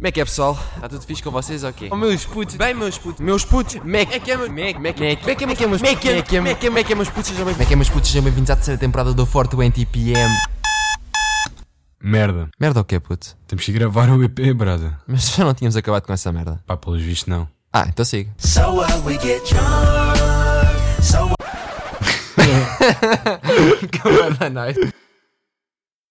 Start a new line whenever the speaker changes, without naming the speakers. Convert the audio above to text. Como é que é pessoal? Está tudo fixe com vocês ou quê?
Oh, meus putos, bem meus putos,
Meus putos, Mac,
é que é, meus-
Mac, Mac, Mac, Mac, Mac, meus
Mac, é-
putos, Mac,
Mac, é- Mac, é, meus putos, sejam bem-
Mac, meus putos, sejam bem-vindos à terceira temporada do 420 PM.
Merda,
Merda ou quê, puto?
temos que gravar o EP, brada.
Mas já não tínhamos acabado com essa merda.
Pá, pelos vistos, não.
Ah, então sigo.
So what we get drunk. So
Acabada, nice.